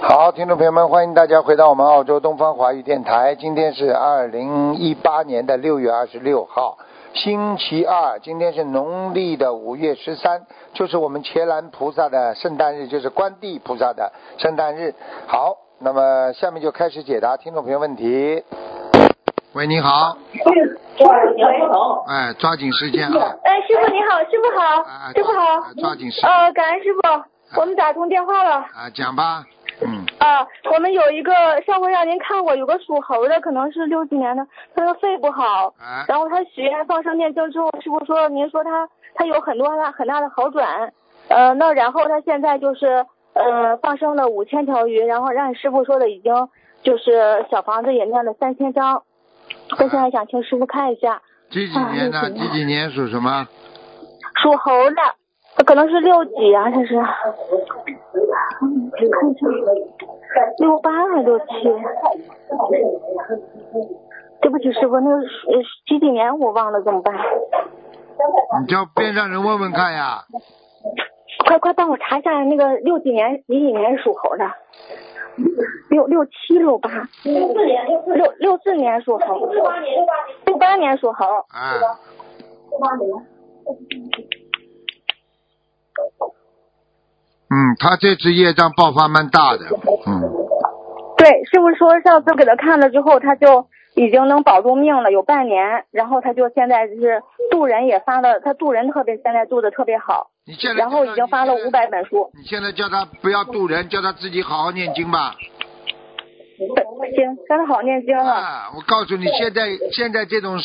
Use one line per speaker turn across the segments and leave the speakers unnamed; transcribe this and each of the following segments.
好，听众朋友们，欢迎大家回到我们澳洲东方华语电台。今天是二零一八年的六月二十六号，星期二。今天是农历的五月十三，就是我们伽蓝菩萨的圣诞日，就是观地菩萨的圣诞日。好，那么下面就开始解答听众朋友问题。喂，你好，
喂，
哎，抓紧时间啊，
哎，师傅你好，师傅好，
啊
师傅好
啊，抓紧时间
呃，感恩师傅，我们打通电话了。
啊，讲吧，嗯，
啊、我们有一个上回让您看过，有个属猴的，可能是六几年的，他的肺不好，
啊，
然后他许愿放生念经之后，师傅说您说他他有很多很大很大的好转，呃，那然后他现在就是呃放生了五千条鱼，然后按师傅说的已经就是小房子也念了三千张，我现在想请师傅看一下
几几年
啊
的？几
你行
几年属什么？
属猴的，可能是六几啊，这是。看一下，六八还是六七？对不起，师傅，那个是呃几几年我忘了，怎么办？
你叫边上人问问看呀。
快快帮我查一下那个六几年几几年属猴的？六六七六八
六四年，六四
六六四年属猴，
六八年，六八年，
六八年属猴。
啊，
六八年。
嗯，他这次业障爆发蛮大的， 嗯，
对，师傅说上次给他看了之后，他就已经能保住命了，有半年。然后他就现在就是渡人也发了，他渡人特别现在渡的特别好，
你现在
然后已经发了五。百本书。
你现在叫他不要渡人，叫他自己好好念经 吧。
行，让他好念经了。
嗯啊，我告诉你，现在现在这种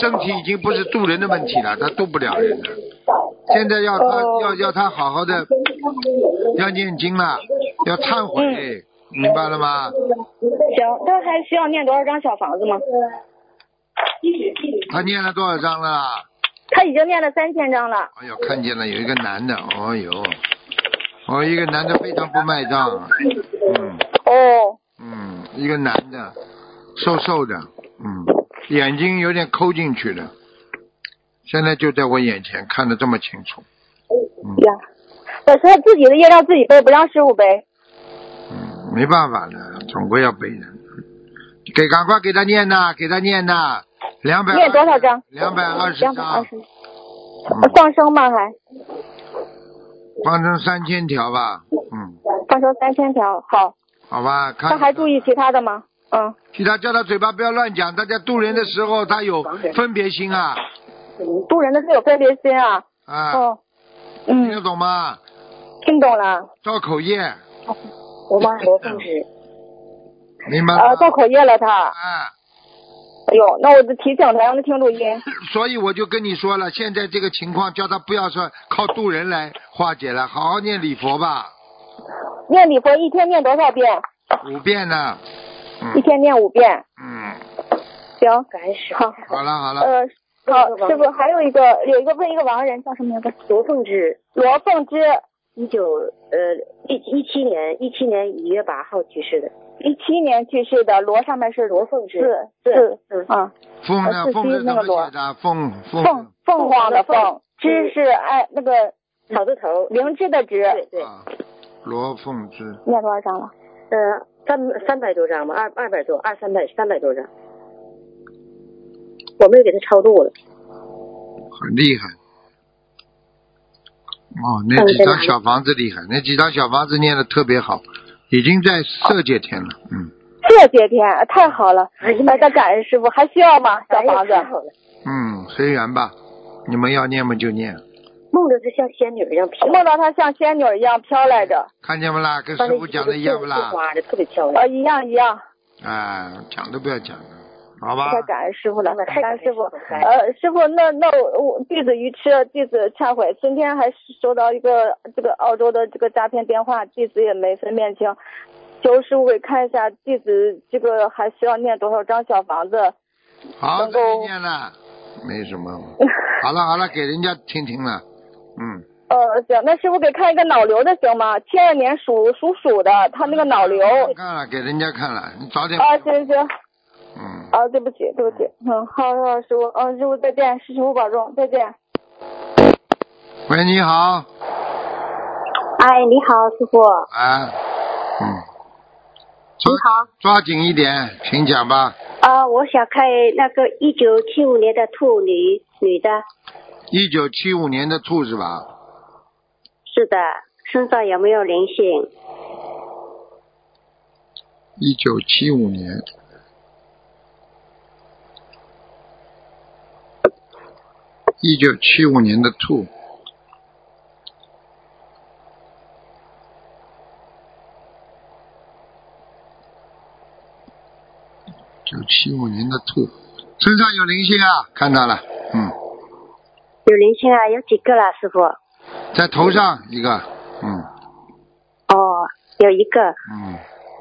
身体已经不是渡人的问题了，他渡不了 人了。现在要他、
哦
要要他好好 的要念经了，要忏
嗯
悔，明白了吗？
行，他还需要念多少张小房子吗？
他念了多少章了啊？
他已经念了三千张了。
哎呦，看见了，有一个男的，哦呦，哦，一个男的非常不卖账，嗯
哦，
嗯，一个男的，瘦瘦的，嗯，眼睛有点抠进去了，现在就在我眼前看得这么清楚，
呀，那是他自己的业障自己背，不让师傅背。
嗯，没办法的，总归要背的，给赶快给他念呐，给他念呐，两百
念多少张？
两百二十
两
张，
百二十。
嗯，
放生吗？还
放成三千条吧，嗯，
放生三千条。好，
好吧，看
他还注意其他的吗？嗯。
其他叫他嘴巴不要乱讲，大家渡人的时候他有分别心啊
渡人的是有分别心啊。
啊，
哦，
听得
嗯，
懂吗？
听懂了，
造口业，
我妈罗凤是
明白
呃，
吗？
造口业了他。
啊，
哎呦，那我就提醒他，让他听录音。
所以我就跟你说了，现在这个情况叫他不要说靠渡人来化解了，好好念礼佛吧，
念礼佛一天念多少遍？
五遍呢。
一
嗯
天念五遍。
嗯，
行，
感恩师
好，
好了好了，
呃，好，师傅，还有一个有一个问一个亡人叫什么名字？
傅，罗凤是
罗凤芝，
一九呃一一七年一七年一月八号去世的，
一七年去世的，罗上面是
罗
罗
凤是
字
对
字
嗯，
啊，
凤呢？
呃
凤
自
是
己
怎
那
么
个罗
写的？凤
凤
凤
凤凰的凤，
嗯
芝是哎那个
草字头，
灵芝的芝，
对对，
啊，罗凤芝，
念多少章了？
呃三三百多张吧，二二百多，二三百三百多张，我们又给他超度了，
很厉害。哦，那
嗯
几张小房子厉害，那几张小房子念的特别好，已经在色界天了。嗯
这些天啊太好了，
哎呀
那感恩师傅还需要吗？小房子
哎呀太好了
嗯，随缘吧，你们要念么就念，
梦着她像仙女一样飘，
梦到她像仙女一样飘来着，
看见不啦？跟师
穿着
傅讲的一样不啦
绣？花的特别漂亮
呃，，一样一样。
啊，讲都不要讲了，好吧
太？感恩师傅了，
太感
感
恩
恩
师
师
傅
傅。
了哎
呃，师傅，那那我弟子愚痴，弟子忏悔。今天还收到一个这个澳洲的这个诈骗电话，弟子也没分辨清。求师傅给看一下，弟子这个还需要念多少张小房子？
好，
能
自
够
己念了，没什么。好了好了，给人家听听了，嗯，
呃，行，那师傅给看一个脑瘤的行吗？七二年属属鼠的，他那个脑瘤。
看了给人家看了，你早点，
啊，行行，
嗯，
啊，对不起，对不起，嗯，好，好，师傅，嗯，师傅再见，师傅保重，再见。
喂，你好，啊
哎，你好，师傅。
啊，嗯，抓
好
抓紧一点，请讲吧。
啊，我想看那个一九七五年的兔女女的，
一九七五年的兔是吧？
是的，身上有没有灵性？
一九七五年。一九七五年的兔，九七五年的兔，身上有灵性啊，看到了，嗯，
有灵性啊，有几个了，师傅？
在头上一个，嗯
哦，有一个，
嗯，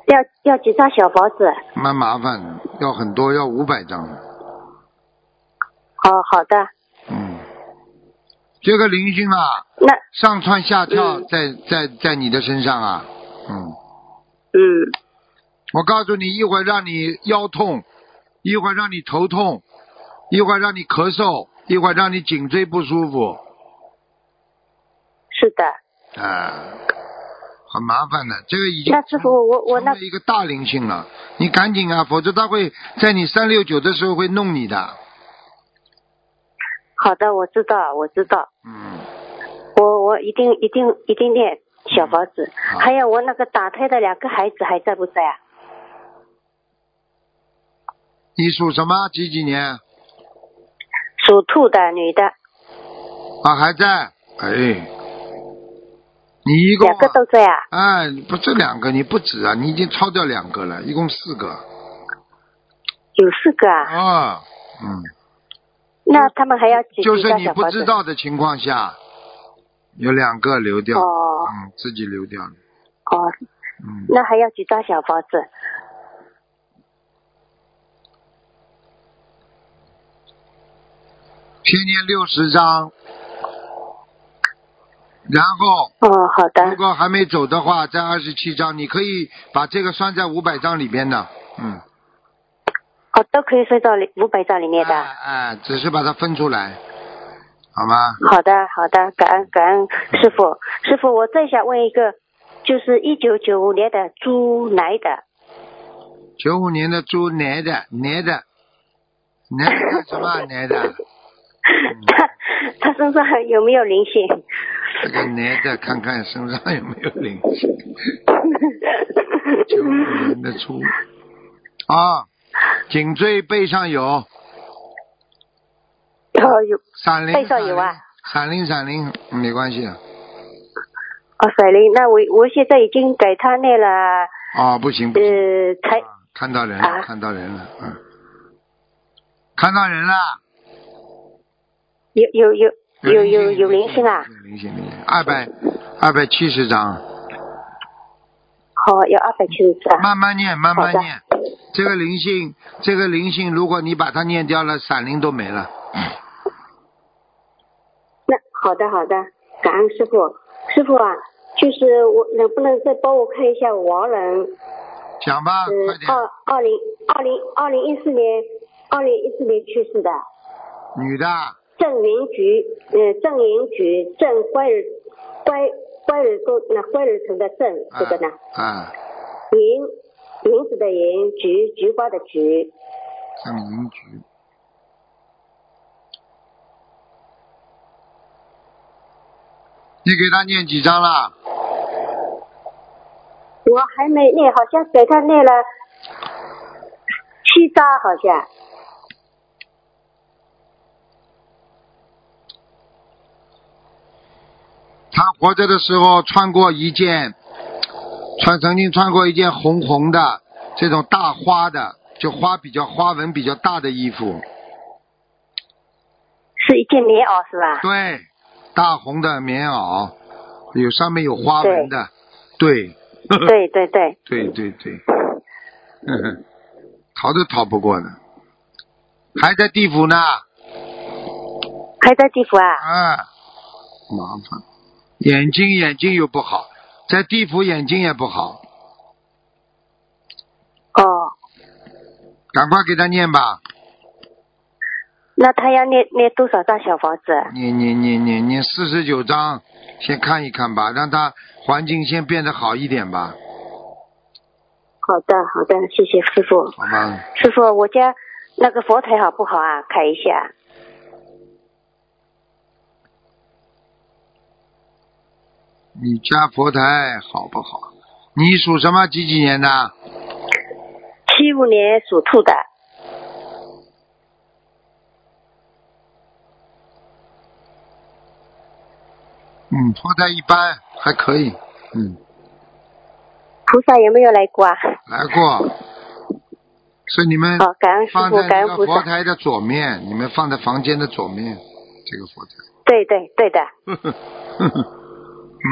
要要几张小房子？
蛮麻烦的，要很多，要五百张的，
哦，好的，
嗯，这个灵性啊，
那
上蹿下跳
嗯
在在在你的身上啊，嗯，
嗯，
我告诉你，一会儿让你腰痛，一会儿让你头痛，一会儿让你咳嗽，一会儿让你颈椎不舒服，
是的。
啊，很麻烦的。这个已经
那师傅，我我
成
那
为一个大灵性了，你赶紧啊，否则他会在你三六九的时候会弄你的。
好的，我知道，我知道，
嗯，
我我一定一定一定练小房子。
好
还有我那个打胎的两个孩子还在不在啊？
你属什么？几几年？
属兔的女
哦
的，
啊，还在。哎，你一共
两个都在啊？
哎，不这两个你不止啊，你已经超掉两个了，一共四个
有四个啊？
啊。嗯。
那他们还要几
就
几
是
张
你
小
不
房
知
子？
道的情况下，有两个流掉，
哦
嗯，自己流掉了，
哦，
嗯，
那还要几张小房子？
先念六十章，然后
哦，好
如
的，
果还没走的话，在二十七章，你可以把这个算在五百章里边的，嗯，
哦，都可以算到五百张里面的。
哎哎，只是把它分出来，好吗？
好的，好的，感恩感恩师傅，师傅，我再想问一个，就是一九九五年的猪来的，
九五年的猪，男的，男的，男的什么男的？
他 他身上有没有灵性？
这个男的看看身上有没有灵性。九五年的猪啊，颈椎背上有
哦有
闪灵，
背上有啊
闪灵，闪灵闪灵，没关系啊的。
哦水灵，那我我现在已经给他念了
哦，不行不行，
呃才
啊看到人了，
啊
看到人了，嗯，看到人了，
有有有有有
有
有灵性啊，
有灵性灵性，二百二百七十张，
哦有二百七十张，
慢慢念，慢慢
好的
念。这个灵性，这个灵性，如果你把它念掉了，闪灵都没了。
那好的好的，感恩师傅，师傅啊，就是我能不能再帮我看一下王人？
讲吧，
嗯
啊快，点，
二二零二零二零一四年，二零一四年去世的
女的，
郑云菊，呃，郑云菊，郑关尔关关尔沟那关尔城的郑，这个呢，
啊啊，
云云子的云，菊菊花的菊，
上银局。你给他念几张了？
我还没念，好像给他念了七张，好像
他活着的时候穿过一件，穿曾经穿过一件红红的这种大花的，就花比较花纹比较大的衣服，
是一件棉袄是吧？
对，大红的棉袄，有上面有花纹的，对，
对对对，
对对对， 呵呵逃都逃不过的，还在地府呢，
还在地府啊？
啊，麻烦，眼睛眼睛又不好，在地府眼睛也不好，
哦，
赶快给他念吧，
那他要念念多少张小房子？
念念念念念四十九章，先看一看吧，让他环境先变得好一点吧，
好的，好的，谢谢师傅。
好吗？
师傅，我家那个佛台好不好啊？看一下。
你家佛台好不好？你属什么？几几年的？
七五年属兔的，
嗯，佛台一般，还可以。嗯，
菩萨有没有来过啊？
来过。是你们
好、感恩师
放
傅，
在
感
那
恩
个
菩
佛
萨。
台的左面，你们放在房间的左面，这个佛台。
对对对的，
嗯，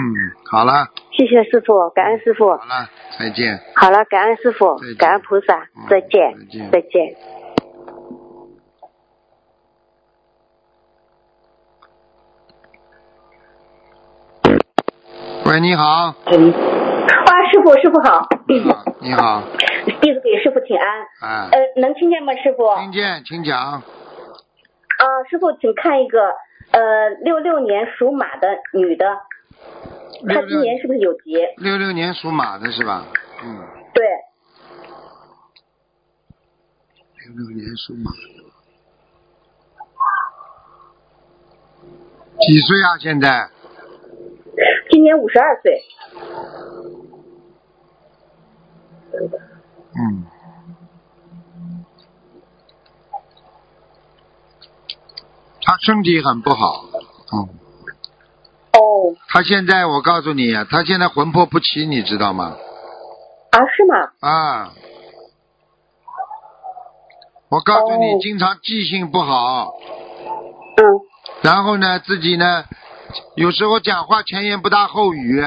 好了，
谢谢师傅，感恩师傅
好。了，再见。
好了，感恩师傅
再见，
感恩菩萨
嗯，
再见
再见，
再见。
喂，你好，
嗯
嗯
啊，师傅，师傅好，
你好，
弟子给师傅请安。
哎，
呃，能听见吗，师傅？啊、
听见，请讲。
师傅，请看一个，呃，六六年属马的女的，她
六
今
六
年呃是不是有劫？
六六年属马的是吧？嗯，
对，
六六年属马的。几岁啊？现在
今年五十二岁。
嗯，他身体很不好，嗯，
哦，
他现在我告诉你啊，他现在魂魄不齐，你知道吗？
啊，是吗？
啊，我告诉你，
哦
经常记性不好，
嗯，
然后呢，自己呢，有时候讲话前言不搭后语，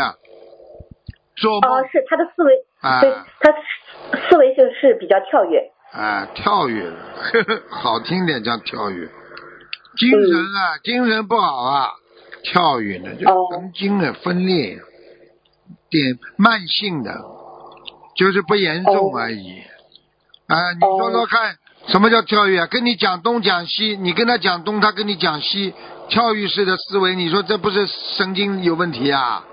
做
哦、
梦
是她的思维，
啊
对，她思维性是比较跳跃。
啊跳 跃，呵呵好听点叫跳跃，精神啊，精神不好啊，跳跃呢，就
嗯哦
神经的分裂，点慢性的，就是不严重
哦
而已。啊，你说说看，什么叫跳跃？啊跟你讲东讲西，你跟他讲东，他跟你讲西，跳跃式的思维，你说这不是神经有问题啊？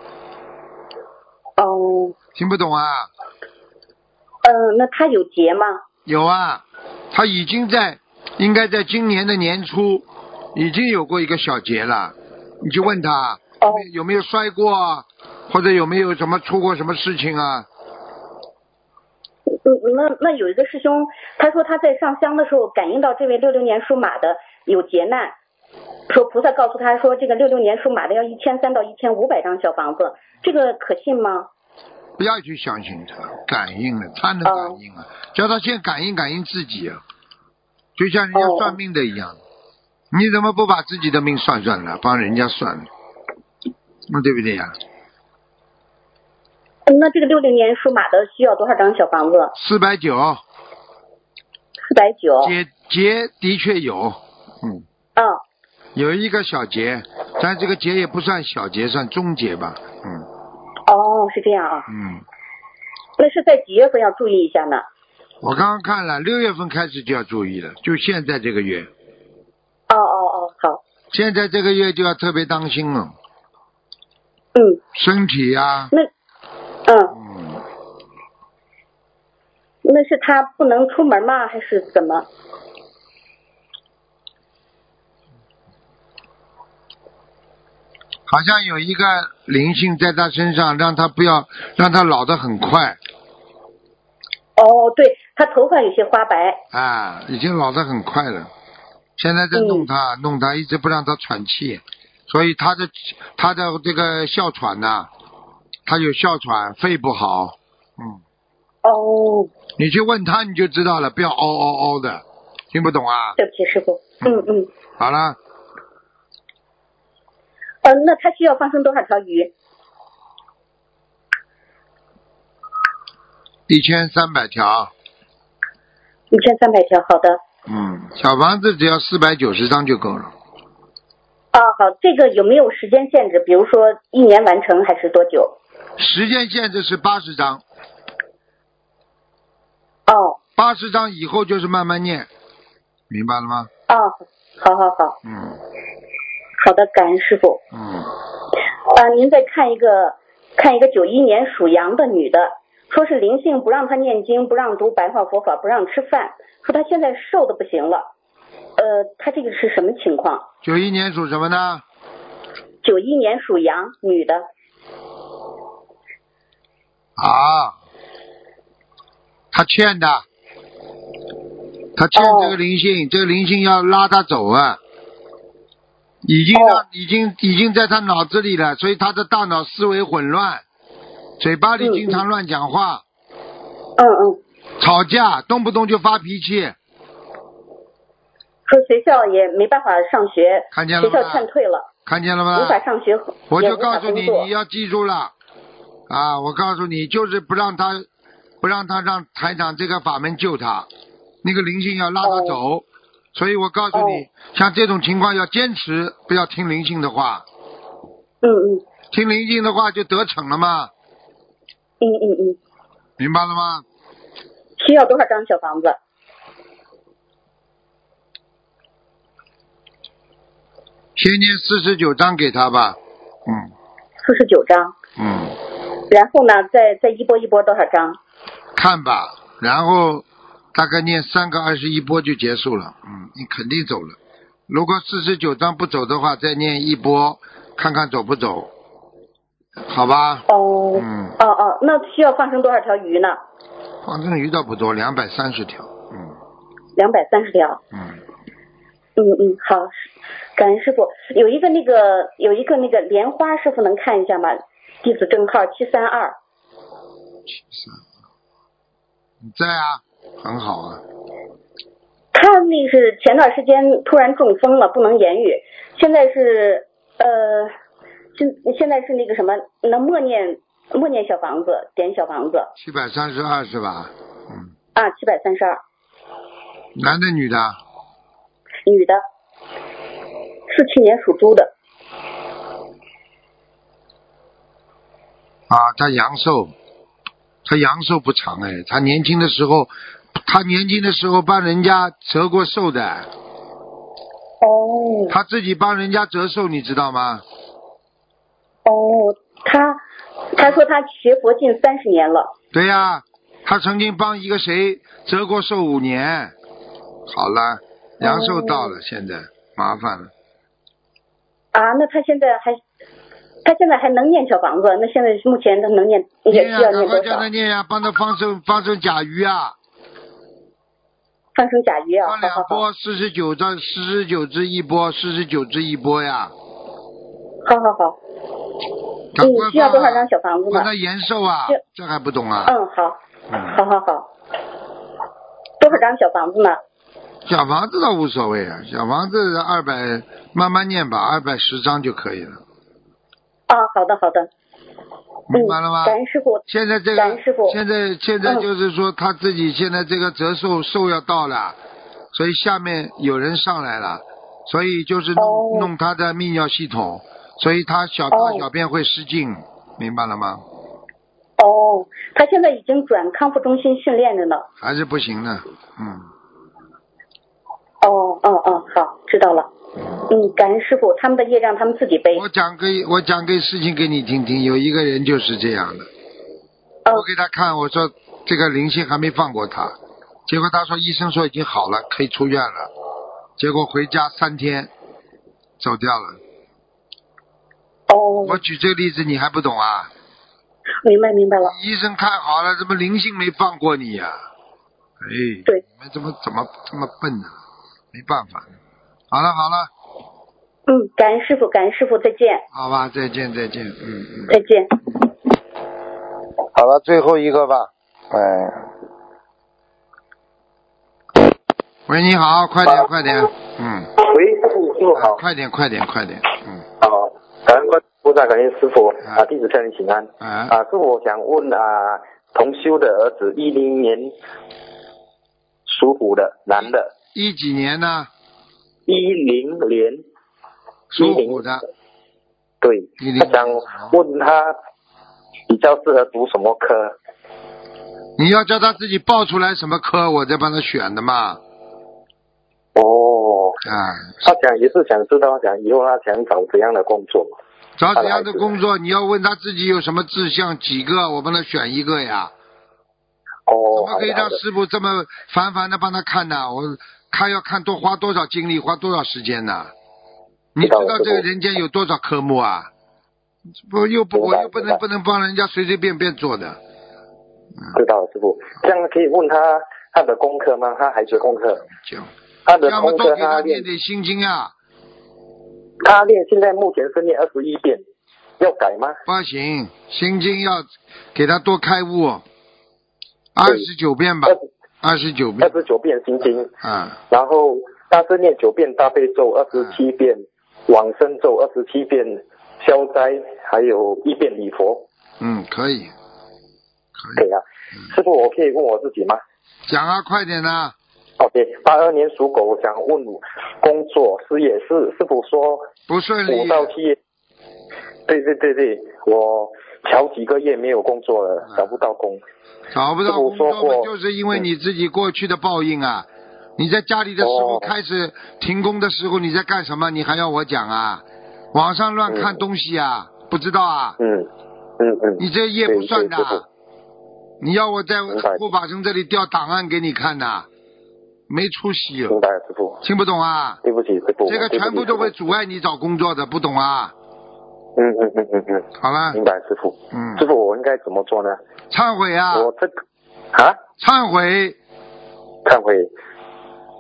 哦，
听不懂啊？
嗯、那她有劫吗？
有啊，他已经在，应该在今年的年初，已经有过一个小结了。你去问他，
哦
有没有摔过啊？或者有没有什么出过什么事情啊？
嗯，那那有一个师兄，他说他在上香的时候感应到这位六六年属马的有劫难，说菩萨告诉他说这个六六年属马的要一千三到一千五百张小房子，这个可信吗？
不要去相信他，感应了，他能感应
哦
啊，叫他先感应感应自己啊，就像人家
哦
算命的一样，你怎么不把自己的命算算了，帮人家算了，那对不对啊呀、
嗯那这个六六年属马的需要多少张小房子？
四百
哦
九，
四百九。
劫劫的确有，嗯，
嗯，
有一个小劫，但这个劫也不算小劫，算中劫吧，嗯
哦，是这样啊，
嗯，
那是在几月份要注意一下呢？
我刚刚看了，六月份开始就要注意了，就现在这个月，
哦哦哦，好，
现在这个月就要特别当心了，
嗯，
身体啊呀、
那，嗯，
嗯。
那是他不能出门吗？还是怎么？
好像有一个灵性在他身上，让他不要让他老得很快
哦，对他头发有些花白。
啊，已经老得很快了。现在在弄他，弄他，一直不让他喘气，所以他的他的这个哮喘呐、他有哮喘，肺不好。嗯，
哦，
你去问他你就知道了，不要嗷嗷嗷的，听不懂啊？
对不起，师傅。嗯嗯，
好了，
呃，那他需要放生多少条鱼？
一千三百条，
一千三百条。好的。
嗯，小房子只要四百九十张就够了。
啊，好，这个有没有时间限制？比如说一年完成还是多久？
时间限制是八十张，
哦
八十张以后就是慢慢念，明白了吗？
哦，好好好，
嗯
好的，感恩师傅。呃
嗯，
啊，您再看一个，看一个九一年属羊的女的，说是灵性不让他念经，不让读白话佛法，不让吃饭，说他现在瘦的不行了。呃，他这个是什么情况？
九一年属什么呢？
九一年属羊，女的，
啊，他欠的，他欠
哦
这个灵性，这个灵性要拉他走啊，已经让、
哦
已经已经在他脑子里了，所以他的大脑思维混乱，嘴巴里
嗯
经常乱讲话，
嗯嗯，
吵架，动不动就发脾气，
说学校也没办法上学，
看见了
学
吗
校？劝退了，
看见了
无法
吗？
上学，
我
也
就
无法
告诉
工
你，
作
你。要记住了啊！我告诉你，就是不让他，不让他让台长这个法门救他，那个灵性要拉他
哦
走。所以我告诉你，
哦
像这种情况要坚持，不要听灵性的话，
嗯嗯
听灵性的话就得逞了嘛，
嗯嗯嗯，
明白了吗？
需要多少张小房子？
先念四十九章给他吧，嗯
四十九张。
嗯，
然后呢，再再一波一波多少张？
看吧，然后大概念三个二十一波就结束了，嗯，你肯定走了。如果四十九章不走的话，再念一波，看看走不走，好吧？
哦，
嗯，
哦哦，那需要放生多少条鱼呢？
放生鱼倒不多，两百三十条，嗯
两百三十条。
嗯，
嗯嗯，好，感恩师傅。有一个那个有一个那个莲花，师傅能看一下吗？弟子证号七三二，
七三，你在啊，很好啊。
他那是前段时间突然中风了，不能言语，现在是呃，现现在是那个什么，能默念默念小房子，点小房子
七百三十二是吧？嗯，
啊，七百三十二，
男的啊女的？
女的，四七年属猪的，
啊，他阳寿，他阳寿不长哎，他年轻的时候，他年轻的时候帮人家折过寿的，
哦
他自己帮人家折寿，你知道吗？
哦，他他说他学佛近三十年了，
对呀、他曾经帮一个谁折过寿五年，好了，阳寿到
哦
了，现在麻烦了，
啊，那他现在还，他现在还能念小房子？那现在目前他能念，也
念呀、
需要
赶
念
快
多
叫
少
他？念呀、帮他放生放生甲鱼啊，
放生甲鱼啊，
放
好好
两
好，
波四十九张，四十九只一波，四十九只一波呀，
好好好。
赶快
嗯，需要多
放啊
少张小房子
管
呢？
他延寿啊
是，
这还不懂啊？
嗯，好，
嗯
好好好。多少张小房子呢？
小房子倒无所谓啊，小房子二百慢慢念吧，二百十章就可以了，
啊，好的好的，
明白了吗
嗯，？感恩师傅。
现在这
感
个
恩师傅
现在现在
嗯
就是说他自己现在这个折寿寿要到了，所以下面有人上来了，所以就是弄、
哦
弄他的泌尿系统，所以他小大
哦
小便会失禁，明白了吗？
哦，他现在已经转康复中心训练着呢。
还是不行的，嗯，
哦哦哦，好，知道了。嗯，感恩师傅，他们的业让他们自己背。
我讲个我讲个事情给你听听，有一个人就是这样的。
哦
我给他看，我说这个灵性还没放过他，结果他说医生说已经好了，可以出院了，结果回家三天走掉了。
哦
我，举这个例子你还不懂啊？
明白明白了。
医生看好了，怎么灵性没放过你呀、哎，
对
你们怎么怎么这么笨呢、没办法。好了好了，
嗯，感恩师傅，感恩师傅，再见，
好吧，再见再见，嗯嗯。
再见。
好了，最后一个吧。哎。喂，你好，快点，快点，嗯，
喂，师傅，师傅
啊
好。
快点，快点，快点，嗯，
好，感恩观世菩萨，感恩师傅啊，弟子向您请安
啊，
啊。师傅，我想问啊，同修的儿子一零年属虎的男的，
一几年呢？
一零年
属虎的，
对
10，
他想问他比较适合读什么科？
你要叫他自己报出来什么科，我再帮他选的嘛。
哦，
啊，
他想也是想知道，想以后他想找怎样的工作？
找怎样的工作，你要问他自己有什么志向，几个，我帮他选一个呀。
哦，
怎么可以
好
让
的
师傅这么烦烦的帮他看呢？我看要看多花多少精力，花多少时间呢？你知
知道
道
师
这个
傅
人间有多少科目啊？不又不
明
我
白
又不
明
能
白
不能帮人家随随便便做的。
知道了，师傅。这样可以问他他的功课吗？他孩子功课，
就
他的
要么
功
多
课
给他
他
念
练
点心经啊，
他练，现在目前是练二十一遍，要改吗？
不行，心经要给他多开悟，二十九遍吧
二，十
二十九
二
遍
十九遍心经，
啊，
然后他是念九遍大悲咒，二十七遍往生咒，二十七遍消灾，还有一遍礼佛。
嗯，可以，可
可
以，
以啊，师傅，我可以问我自己吗
讲啊，快点啊，
？OK，八二年属狗，想问工作事业是师傅说
不顺利
五，到七月，对对对对，我调几个月没有工作了，找不到工。
找不到工
师傅
作嘛，
说过嗯
就是因为你自己过去的报应啊。你在家里的时候
哦
开始停工的时候你在干什么？你还要我讲啊？网上乱看
嗯
东西啊，不知道啊？
嗯嗯嗯，
你这业不算
对对师
的，啊你要我在
明白
护法神这里调档案给你看呐、没出息，
明白了，师傅，
听不懂啊？
对不起，师傅，
这个全部都会
对不起。
阻碍你找工作的，不懂啊？
嗯嗯嗯嗯嗯，
好了，
明白，师傅。
嗯
师，傅，我应该怎么做呢？
忏悔啊，
我这个啊，
忏悔，
忏悔，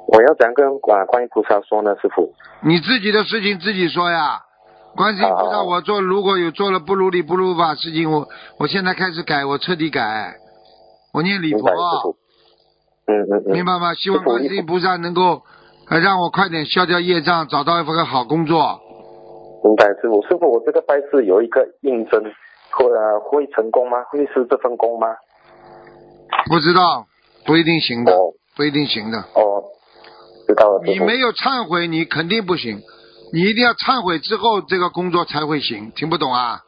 我要怎样跟观观音菩萨说呢？师傅，
你自己的事情自己说呀。观世音菩萨，
好
我做如果有做了不如理不如法事情，我我现在开始改，我彻底改，我念礼
明
佛啊
白，，师傅。嗯嗯嗯，
明白吗？希望
师父
观世音菩萨能够呃让我快点消掉业障，找到一份好工作。
明白，师傅。师傅，我这个拜师有一个应征，会呃会成功吗？会是这份工吗？
不知道，不一定行的，
哦
不一定行的。
哦，知道了，师
你
傅。
没有忏悔，你肯定不行。你一定要忏悔之后，这个工作才会行。听不懂啊？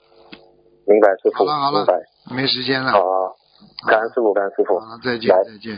明白，师
好
傅，
了好
明
了
白。，
没时间了。
好好，感恩师傅，感恩师傅
好。了，再见
来
再见。